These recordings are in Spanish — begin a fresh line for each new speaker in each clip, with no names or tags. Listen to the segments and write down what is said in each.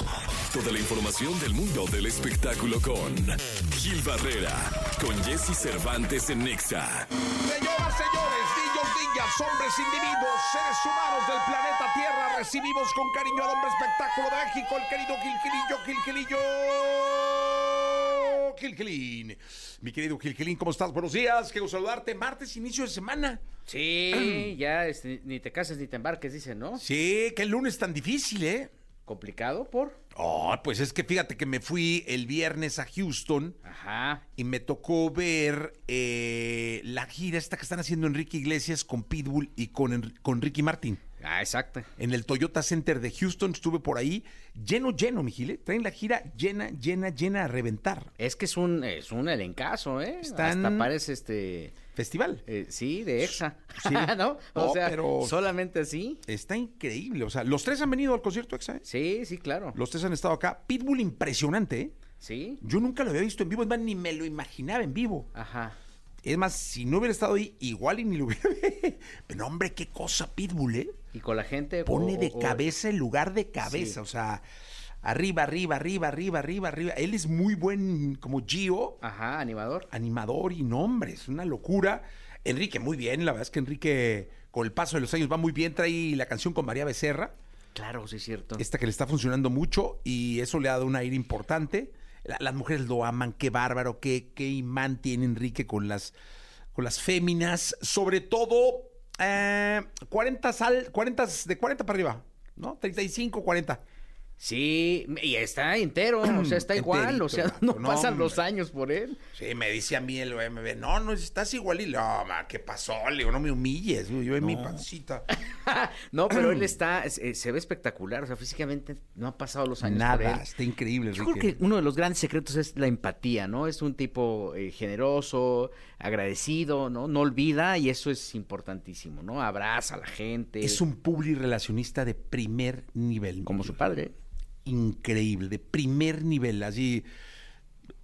resto de la información del mundo del espectáculo con Gil Barrera, con Jesse Cervantes en Nexa.
Señoras, señores, niños, niñas, hombres, individuos, seres humanos del planeta Tierra, recibimos con cariño al hombre espectáculo de México, el querido Gilquilillo, Gilquilillo. Gilquilín. Mi querido Gilquilín, ¿cómo estás? Buenos días, quiero saludarte. Martes, inicio de semana.
Sí, ya este, ni te cases ni te embarques, dicen, ¿no?
Sí, qué lunes tan difícil, ¿eh?
Complicado por.
Oh, pues es que fíjate que me fui el viernes a Houston
Ajá.
y me tocó ver eh, la gira esta que están haciendo Enrique Iglesias con Pitbull y con, Enri- con Ricky Martin.
Ah, exacto.
En el Toyota Center de Houston estuve por ahí, lleno, lleno, mi gile. Traen la gira llena, llena, llena a reventar.
Es que es un, es un elencazo, ¿eh?
Están-
Hasta parece este.
Festival.
eh, sí, de exa.
Sí.
¿No? O
No,
sea,
pero-
solamente así.
Está increíble. O sea, los tres han venido al concierto EXA. ¿eh?
Sí, sí, claro.
Los tres han estado acá. Pitbull impresionante, ¿eh?
Sí.
Yo nunca lo había visto en vivo, es más, ni me lo imaginaba en vivo.
Ajá.
Es más, si no hubiera estado ahí, igual y ni lo hubiera. Pero hombre, qué cosa, Pitbull, ¿eh?
Y con la gente.
Pone
o-
de
o-
cabeza el lugar de cabeza.
Oh, Sí.
O sea, arriba, arriba, arriba, arriba, arriba, arriba. Él es muy buen, como Gio,
Ajá,
Ah,
animador.
animador y nombre. Es una locura. Enrique, muy bien. La verdad es que Enrique, con el paso de los años, va muy bien. Trae la canción con María Becerra,
Claro, sí, es cierto.
esta que le está funcionando mucho y eso le ha dado un aire importante. La- las mujeres lo aman. Qué bárbaro, qué, qué imán tiene Enrique con las, con las féminas. Sobre todo, eh, 40 sal, 40, de 40 para arriba, ¿no? 35, 40.
Sí, y está entero. o sea, está igual.
Enterito,
o sea,
vato,
no,
no,
pasan
hombre.
los años por él.
Sí, me dice a mí el OMB, no, no, estás igual y no, ma, ¿qué pasó? Le digo, no me humilles, yo en mi pancita.
No, pero él está, es- eh, se ve espectacular, o sea, físicamente no han pasado los años. por
Nada,
él.
está increíble,
Yo creo
Enrique.
que uno de los grandes secretos es la empatía, ¿no? Es un tipo eh, generoso, agradecido, ¿no? No olvida y eso es importantísimo, ¿no? Abraza a la gente.
Es un publi relacionista de primer nivel. mi
Como su
querido.
padre.
Increíble, de primer nivel, así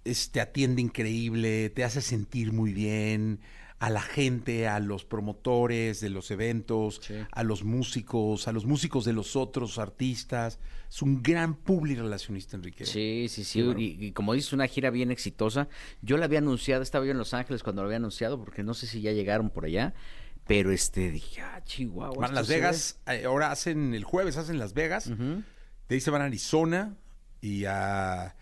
es- te atiende increíble, te hace sentir muy bien a la gente, a los promotores de los eventos,
Sí.
a los músicos, a los músicos de los otros artistas. Es un gran publi relacionista, Enrique.
Sí, sí, sí.
bárbaro.
y, y como dices, una gira bien exitosa. Yo la había anunciado, estaba yo en Los Ángeles cuando la había anunciado, porque no sé si ya llegaron por allá, pero este, dije, ah, Chihuahua.
Van a
esto
Las
se ve.
Vegas, eh, ahora hacen, el jueves hacen Las Vegas,
Ujú.
de ahí se van a Arizona y a,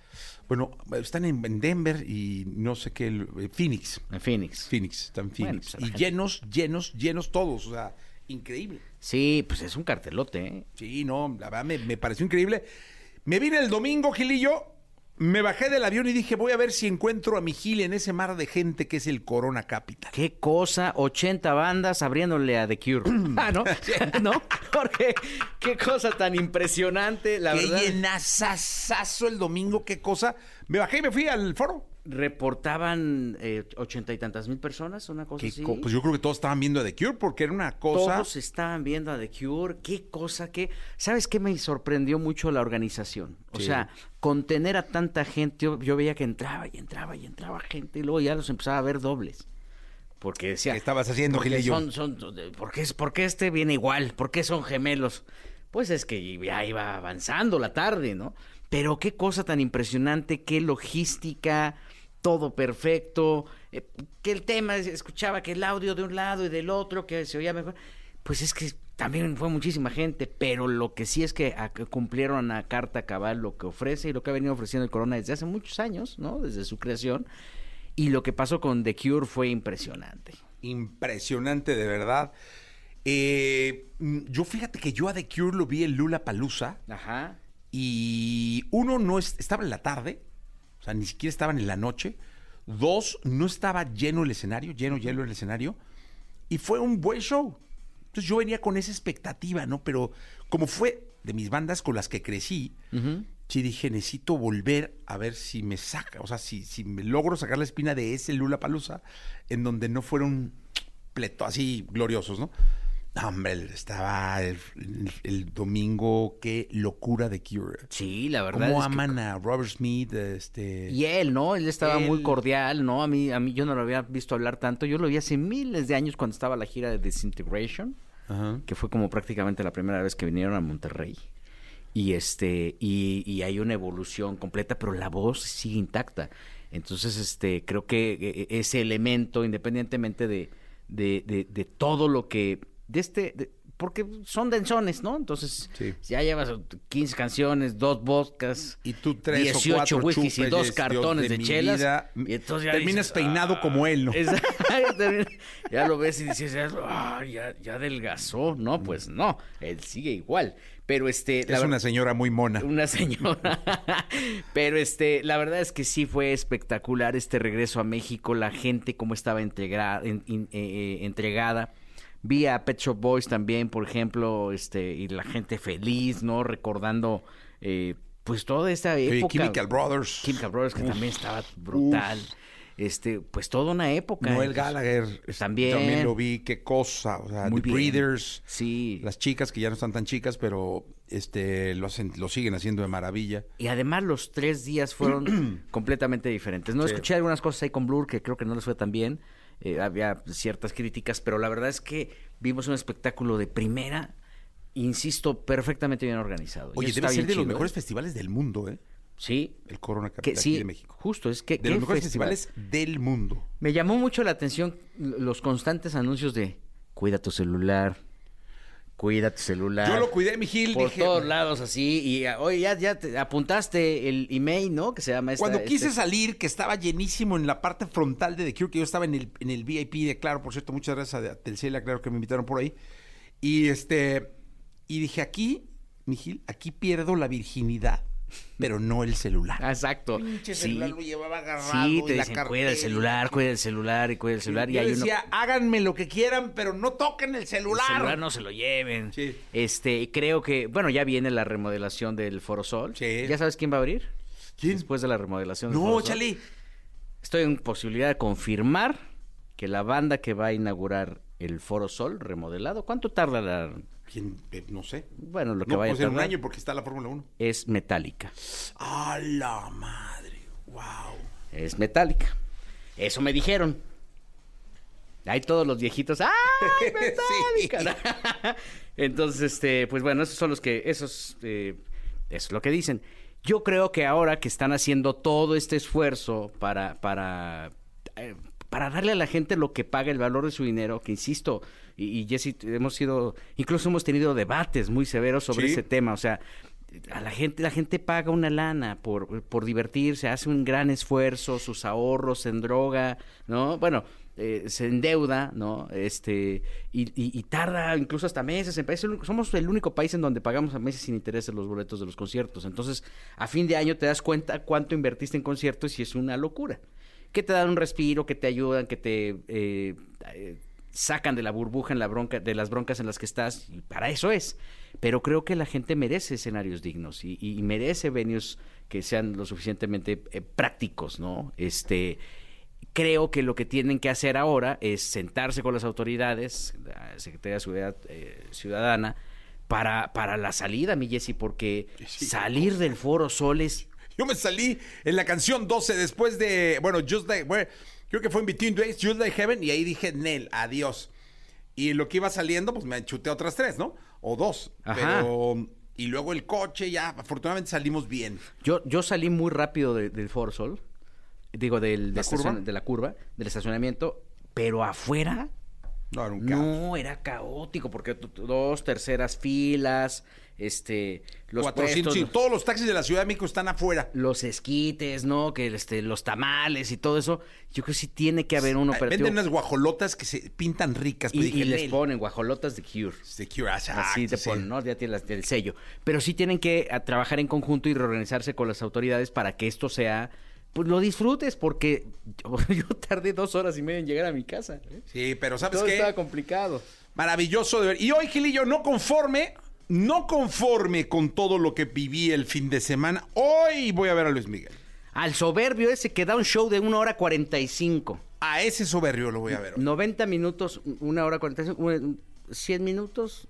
bueno, están en, en Denver y no sé qué, el- eh, Phoenix,
En Phoenix.
Phoenix, están en
Bueno,
Phoenix.
pues, a la
y
gente-
llenos, llenos, llenos todos, o sea, increíble.
Sí, pues es un cartelote, ¿eh?
Sí, no, la verdad me, me pareció increíble. Me vine el domingo, Gilillo, me bajé del avión y dije, voy a ver si encuentro a mi Gil en ese mar de gente que es el Corona Capital.
Qué cosa, 80 bandas abriéndole a The Cure. ah, ¿no? ¿No? Jorge, qué cosa tan impresionante, la
qué
verdad.
llenazazazo el domingo, qué cosa. Me bajé y me fui al foro.
Reportaban eh, ochenta y tantas mil personas, una cosa
Qué
así.
co- pues yo creo que todos estaban viendo a The Cure porque era una cosa.
Todos estaban viendo a The Cure, qué cosa que... ¿Sabes qué me sorprendió mucho la organización? O
Sí.
sea, contener a tanta gente, yo, yo veía que entraba y entraba y entraba gente y luego ya los empezaba a ver dobles. Porque decía...
¿Qué estabas haciendo,
porque
Gilillo?
Son, son, ¿por, qué, es- por qué este viene igual? ¿Por qué son gemelos? Pues es que ya iba avanzando la tarde, ¿no? Pero qué cosa tan impresionante, qué logística, todo perfecto, eh, que el tema, es- escuchaba que el audio de un lado y del otro, que se oía mejor. Pues es que también fue muchísima gente, pero lo que sí es que a- que cumplieron a carta cabal lo que ofrece y lo que ha venido ofreciendo el Corona desde hace muchos años, ¿no? Desde su creación. Y lo que pasó con The Cure fue impresionante.
Impresionante, de verdad. Eh, mm, yo fíjate que yo a The Cure lo vi en Lula Palusa
Ajá.
y uno no es- estaba en la tarde, o sea, ni siquiera estaban en la noche. Dos, no estaba lleno el escenario, lleno, lleno el escenario. Y fue un buen show. Entonces yo venía con esa expectativa, ¿no? Pero como fue de mis bandas con las que crecí, sí dije, necesito volver a ver si me saca, o sea, si, si me logro sacar la espina de ese Lula Palusa, en donde no fueron pleto, así gloriosos, ¿no? No, Hombre, el- estaba el, el- el domingo, qué locura de Cure.
Sí, la verdad.
¿Cómo
es que-
aman a Robert Smith? Este...
Y él, ¿no? Él estaba muy
Él-
cordial, ¿no? A mí, a mí yo no lo había visto hablar tanto. Yo lo vi hace miles de años cuando estaba la gira de Disintegration,
Ajá.
que fue como prácticamente la primera vez que vinieron a Monterrey. y este y, y hay una evolución completa, pero la voz sigue intacta. Entonces, este, creo que eh, ese elemento, independientemente de, de, de- de todo lo que de este de- porque son densones, ¿no? Entonces,
Sí.
ya llevas 15 canciones, dos vodkas,
Y tú tres o
18
cuatro
whiskies y
chupes,
dos
Dios
cartones de,
mi
chelas.
vida.
y entonces ya
Terminas
dices,
peinado
"Ah".
como él, ¿no?
Exacto, termina- ya lo ves y dices, "Ah, ya, ya adelgazó. No, pues no, él sigue igual. Pero este...
Mm.
la
es
ver-
una señora muy mona.
una señora. Pero este, la verdad es que sí fue espectacular este regreso a México, la gente cómo estaba integra- en- in- eh, eh, entregada. Vi a Pet Shop Boys también, por ejemplo, este, y la gente feliz, ¿no? Recordando eh, pues toda esta
Oye,
época.
Chemical Brothers.
Chemical Brothers, que también estaba brutal. Este, pues toda una época.
Noel
Entonces,
Gallagher. es-
También.
También lo vi. Qué cosa. O sea,
Muy
The
bien.
Breeders.
Sí.
Las chicas que ya no están tan chicas, pero este lo hacen, lo siguen haciendo de maravilla.
Y además los tres días fueron completamente diferentes. No escuché algunas cosas ahí con Blur que creo que no les fue tan bien. eh, había ciertas críticas, pero la verdad es que vimos un espectáculo de primera, insisto, perfectamente bien organizado. Y
Oye,
eso
debe
está
ser
bien
de los
chido,
mejores
¿eh?
festivales del mundo, ¿eh?
Sí,
El Corona
que
Capital
sí,
aquí de México.
justo es que
De
¿qué
los mejores
festival?
festivales del mundo.
Me llamó mucho la atención los constantes anuncios de cuida tu celular, cuida tu celular.
Yo lo cuidé, mi Gil.
por
dije,
todos lados así y ah, oye ya ya te apuntaste el email no que se llama esta-
Cuando quise
este-
salir, que estaba llenísimo en la parte frontal de The Cure, que yo estaba en el, en el VIP de Claro, por cierto, muchas gracias a Telcel, claro que me invitaron por ahí. Y este y dije, aquí, mi Gil, aquí pierdo la virginidad, pero no el
Ah,
celular.
exacto
Pinche
Sí.
celular lo llevaba agarrado
sí
en
te
la
dicen cuida el
cartera".
celular cuida el celular y cuida el celular y
yo
hay uno
decía, háganme lo que quieran, pero no toquen el
el
celular.
celular no se lo lleven
Sí.
este creo que bueno ya viene la remodelación del Foro Sol
Sí.
ya sabes quién va a abrir
¿Quién?
después de la remodelación del
no,
Foro Sol.
chale.
estoy en posibilidad de confirmar que la banda que va a inaugurar el Foro Sol remodelado cuánto tarda la
¿Quién? Eh, no sé.
bueno lo que
no
vaya
puede
a
ser un
tardar
año porque está la Fórmula 1.
es Metallica
A la madre. Wow.
Es metálica. Eso me dijeron. Hay todos los viejitos. ¡Ay, metálica! Entonces, este, pues bueno, esos son los que. Esos. eh, eso es lo que dicen. Yo creo que ahora que están haciendo todo este esfuerzo para. para. eh, para darle a la gente lo que paga el valor de su dinero, que insisto, y, y Jesse, hemos sido, incluso hemos tenido debates muy severos sobre
Sí.
ese tema, o sea, a la gente, la gente paga una lana por, por divertirse, hace un gran esfuerzo, sus ahorros en droga, ¿no? Bueno, eh, se endeuda, ¿no? Este, y, y- y tarda incluso hasta meses en países. Somos el único país en donde pagamos a meses sin intereses los boletos de los conciertos. Entonces, a fin de año te das cuenta cuánto invertiste en conciertos y es una locura. Que te dan un respiro, que te ayudan, que te eh, eh, sacan de la burbuja en la bronca, de las broncas en las que estás, y para eso es. Pero creo que la gente merece escenarios dignos y, y- y merece venues que sean lo suficientemente eh, prácticos, ¿no? Este creo que lo que tienen que hacer ahora es sentarse con las autoridades, la Secretaría de Seguridad eh, Ciudadana, para, para la salida, mi Jessy, porque
Sí.
salir del Foro Sol es
Yo me salí en la canción 12 después de, bueno, Just Like, bueno, creo que fue en Between Days, Just Like Heaven, y ahí dije, Nel, adiós. Y lo que iba saliendo, pues me chuté otras tres, ¿no? O dos.
Ajá.
Pero, y luego el coche, ya, afortunadamente salimos bien.
Yo, yo salí muy rápido de- del Foro Sol, digo, del, de,
¿La curva?
estacion- de la curva, del estacionamiento, pero afuera
No, era un caos.
no era caótico, porque tu- tu- dos terceras filas, este, los
400,
puestos,
sí,
los-
todos los taxis de la Ciudad de México están afuera.
los esquites, ¿no? Que este, los tamales y todo eso. Yo creo que sí tiene que haber un
Ay,
operativo.
Venden unas guajolotas que se pintan ricas.
y,
pero
y
dije,
les
"Nel,
ponen guajolotas de Cure.
de Cure, ah,
Así te
sí.
ponen, ¿no? Ya tienes las- el sello. Pero sí tienen que a, trabajar en conjunto y reorganizarse con las autoridades para que esto sea. Pues lo disfrutes, porque yo, yo tardé dos horas y media en llegar a mi casa. ¿eh?
Sí, pero ¿sabes
Todo
qué?
estaba complicado.
Maravilloso de ver. Y hoy, Gilillo, no conforme, no conforme con todo lo que viví el fin de semana, hoy voy a ver a Luis Miguel.
Al soberbio ese que da un show de una hora 45.
A ese soberbio lo voy a ver hoy.
90 minutos, una hora 45, un- 100 minutos,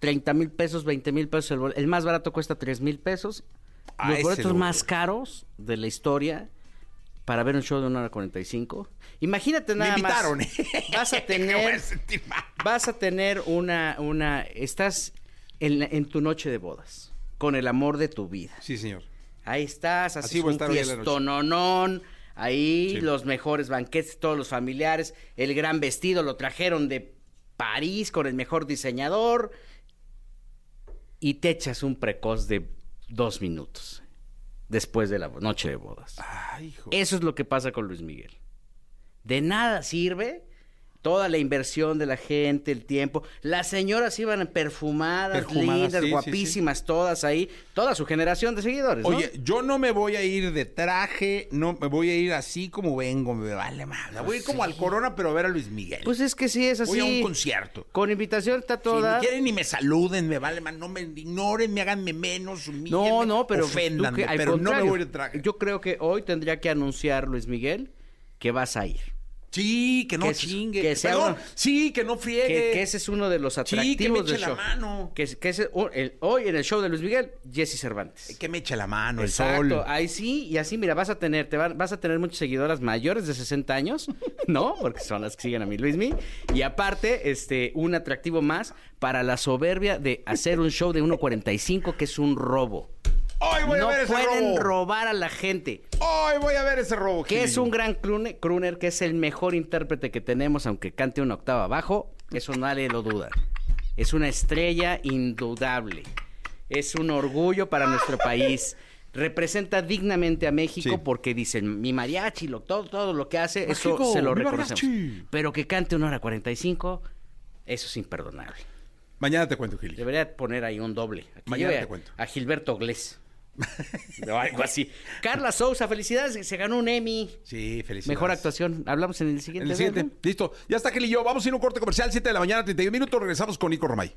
30 mil pesos, 20 mil pesos. El, bol- el más barato cuesta 3 mil pesos.
Ah,
Los
ese
boletos
lo-
más caros de la historia para ver un show de una hora 45. Imagínate
Me
nada
invitaron. ¿eh? Pues.
más. Vas a
Me voy a
tener,
sentir mal.
vas a tener una, una, estás en, la- en tu noche de bodas. con el amor de tu vida.
Sí, señor.
Ahí estás,
Así
así
voy a
un
estar hoy en la noche.
fiestononón. Ahí
Sí.
los mejores banquetes, todos los familiares, el gran vestido lo trajeron de París con el mejor diseñador y te echas un precoz de dos minutos después de la bo- noche de bodas.
Ah,
Ay, hijo.
pues.
Eso es lo que pasa con Luis Miguel. De nada sirve toda la inversión de la gente, el tiempo. Las señoras iban perfumadas,
Perfumadas,
lindas,
sí, sí,
guapísimas, todas ahí, toda su generación de seguidores. ¿no?
Oye, yo no me voy a ir de traje, no me voy a ir así como vengo, me vale más. Voy a ir como al Corona, pero a ver a Luis Miguel.
pues es que sí es así.
voy a un concierto.
Con invitación está
Si
toda.
no quieren ni me saluden, me vale más, no me ignoren, me háganme menos, humíllenme,
no, no, pero tú
oféndanme,
que- al
pero no me
contrario,
voy a ir de traje.
Yo creo que hoy tendría que anunciar Luis Miguel que vas a ir.
Sí, que no
Que es-
chingue.
que sea
Perdón,
una-
sí, que no friegue.
Que, que ese es uno de los
Eh, que me
atractivos
eche
del
la
show.
mano.
Que, es- que ese- o- el- hoy en el show de Luis Miguel, Jesse Cervantes.
Que me eche la mano, el
Exacto,
sol.
ahí sí, y así, mira, vas a tener, te van- vas a tener muchas seguidoras mayores de 60 años, ¿no? Porque son las que siguen a mi Luismi. Y aparte, este, un atractivo más para la soberbia de hacer un show de 1.45, que es un robo.
Hoy voy
no
a ver ese
pueden
robo.
robar a la gente.
Hoy voy a ver ese robo.
Que es
Gilillo.
un gran crune- crooner, que es el mejor intérprete que tenemos, aunque cante una octava abajo, eso nadie lo duda. Es una estrella indudable. Es un orgullo para nuestro país. Representa dignamente a México
Sí.
porque dicen mi mariachi, lo- todo, todo lo que hace, eso
México,
se lo
mi
reconocemos.
mariachi.
Pero que cante una hora 45, eso es imperdonable.
Mañana te cuento, Gil.
Debería poner ahí un doble. Aquí
Mañana
lleve
te
a-
cuento.
A Gilberto Glés. o algo así. Carla Sousa, felicidades, se ganó un Emmy.
Sí, felicidades.
Mejor actuación. Hablamos en el siguiente.
En el siguiente.
¿verdad?
Listo. Ya está Gil y yo. Vamos a ir a un corte comercial, 7 de la mañana, 31 minutos. Regresamos con Nico Romay.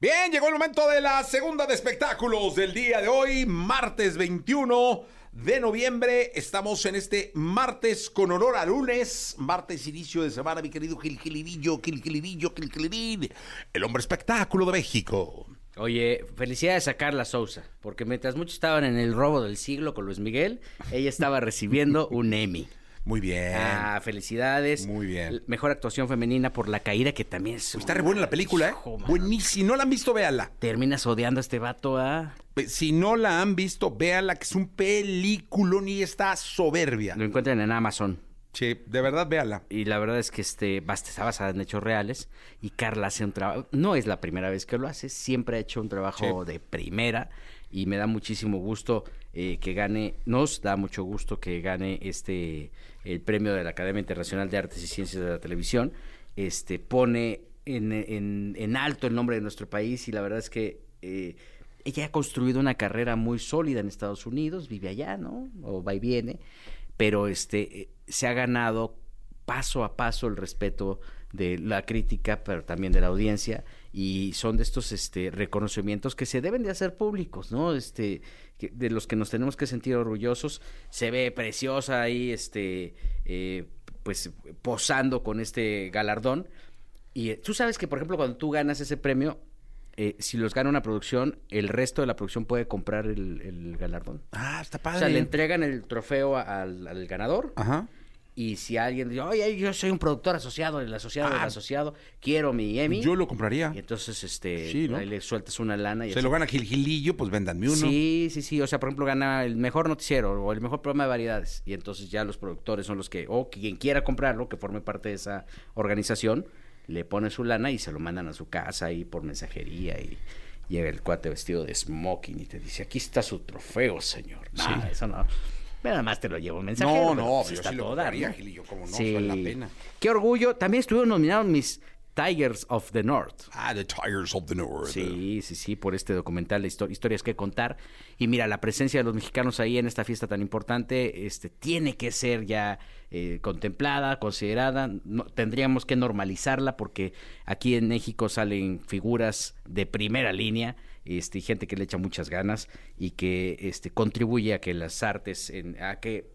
Bien, llegó el momento de la segunda de espectáculos del día de hoy, martes 21 de noviembre. Estamos en este martes con honor a lunes, martes inicio de semana, mi querido Gil Gilidillo, Gil Gilidillo, Gil Gilidín, el hombre espectáculo de México.
Oye, felicidades a Carla Sousa, porque mientras muchos estaban en el robo del siglo con Luis Miguel, ella estaba recibiendo un Emmy.
Muy bien.
Ah, felicidades.
Muy bien. Pues
L- Mejor actuación femenina por La Caída, que también es.
Está re
una-
buena la película, ¿eh?
Hijo, mano.
Buenísima. Si no la han visto, véala.
Terminas odiando a este vato, ¿ah?
Pe- Si no la han visto, véala, que es un peliculón y está soberbia.
Lo encuentran en Amazon.
Sí, de verdad, véala.
Y la verdad es que este, basta- está basada en hechos reales y Carla hace un trabajo, no es la primera vez que lo hace, siempre ha hecho un trabajo de primera y me da muchísimo gusto eh, que gane, nos da mucho gusto que gane este, el premio de la Academia Internacional de Artes y Ciencias de la Televisión, este, pone en, en- en alto el nombre de nuestro país y la verdad es que... eh, ella ha construido una carrera muy sólida en Estados Unidos, vive allá, ¿no? O va y viene, pero este eh, se ha ganado paso a paso el respeto de la crítica, pero también de la audiencia y son de estos este reconocimientos que se deben de hacer públicos, ¿no? Este que- de los que nos tenemos que sentir orgullosos. Se ve preciosa ahí este eh, pues posando con este galardón y eh, tú sabes que por ejemplo cuando tú ganas ese premio eh, si los gana una producción, el resto de la producción puede comprar el, el galardón.
Ah, está
O sea, le entregan el trofeo a- al, al ganador
Ajá.
y si alguien dice, oye, yo soy un productor asociado, el asociado, el
Ah.
asociado, quiero mi Emmy.
Yo lo compraría.
Y entonces, este,
Sí, ¿no?
ahí le sueltas una lana y
Se
así.
lo gana Gil Gilillo, pues véndanme uno.
Sí, sí, sí. O sea, por ejemplo, gana el mejor noticiero o el mejor programa de variedades. Y entonces ya los productores son los que, o quien quiera comprarlo, que forme parte de esa organización, le pone su lana y se lo mandan a su casa ahí por mensajería y llega el cuate vestido de smoking y te dice, aquí está su trofeo, señor. No, eso no. Pero Nada más te lo llevo un mensajero.
No,
pero
no,
pues
yo
está
sí lo
todo dar,
compraría,
¿no?
Gilillo, cómo no, vale la pena.
Qué orgullo. También estuvieron nominados mis Tigers of the North.
Ah, The Tires of the North.
Sí, sí, sí, por este documental de histo- historias que contar. Y mira, la presencia de los mexicanos ahí en esta fiesta tan importante este, tiene que ser ya eh, contemplada, considerada. No- tendríamos que normalizarla porque aquí en México salen figuras de primera línea. Este, y gente que le echa muchas ganas y que este, contribuye a que las artes, en- a, que,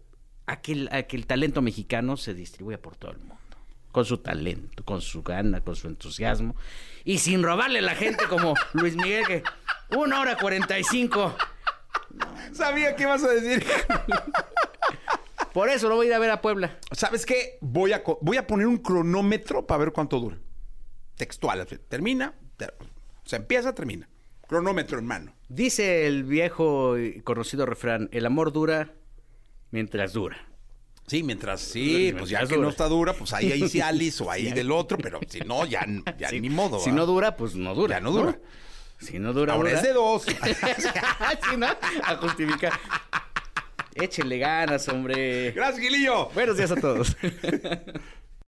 a, que, el- a que el talento mexicano se distribuya por todo el mundo con su talento, con su gana, con su entusiasmo y sin robarle a la gente como Luis Miguel que una hora cuarenta y cinco.
Sabía que ibas a decir.
Por eso lo voy a ir a ver a Puebla.
¿Sabes qué? Voy a, co- voy a poner un cronómetro para ver cuánto dura. Textual. Termina. ter- O sea, empieza, termina. cronómetro en mano.
Dice el viejo y conocido refrán, el amor dura mientras dura.
Sí, mientras sí,
Mientras
pues ya que
dura.
no está dura, pues ahí ahí sí Alice o ahí del otro, pero si no, ya, ya
Si-
ni modo.
Si
¿va?
no dura, pues no dura.
Ya no dura.
Si no dura,
Ahora
dura.
es de dos.
Sí, ¿no? A justificar. Échenle ganas, hombre.
Gracias, Gilillo.
Buenos días a todos.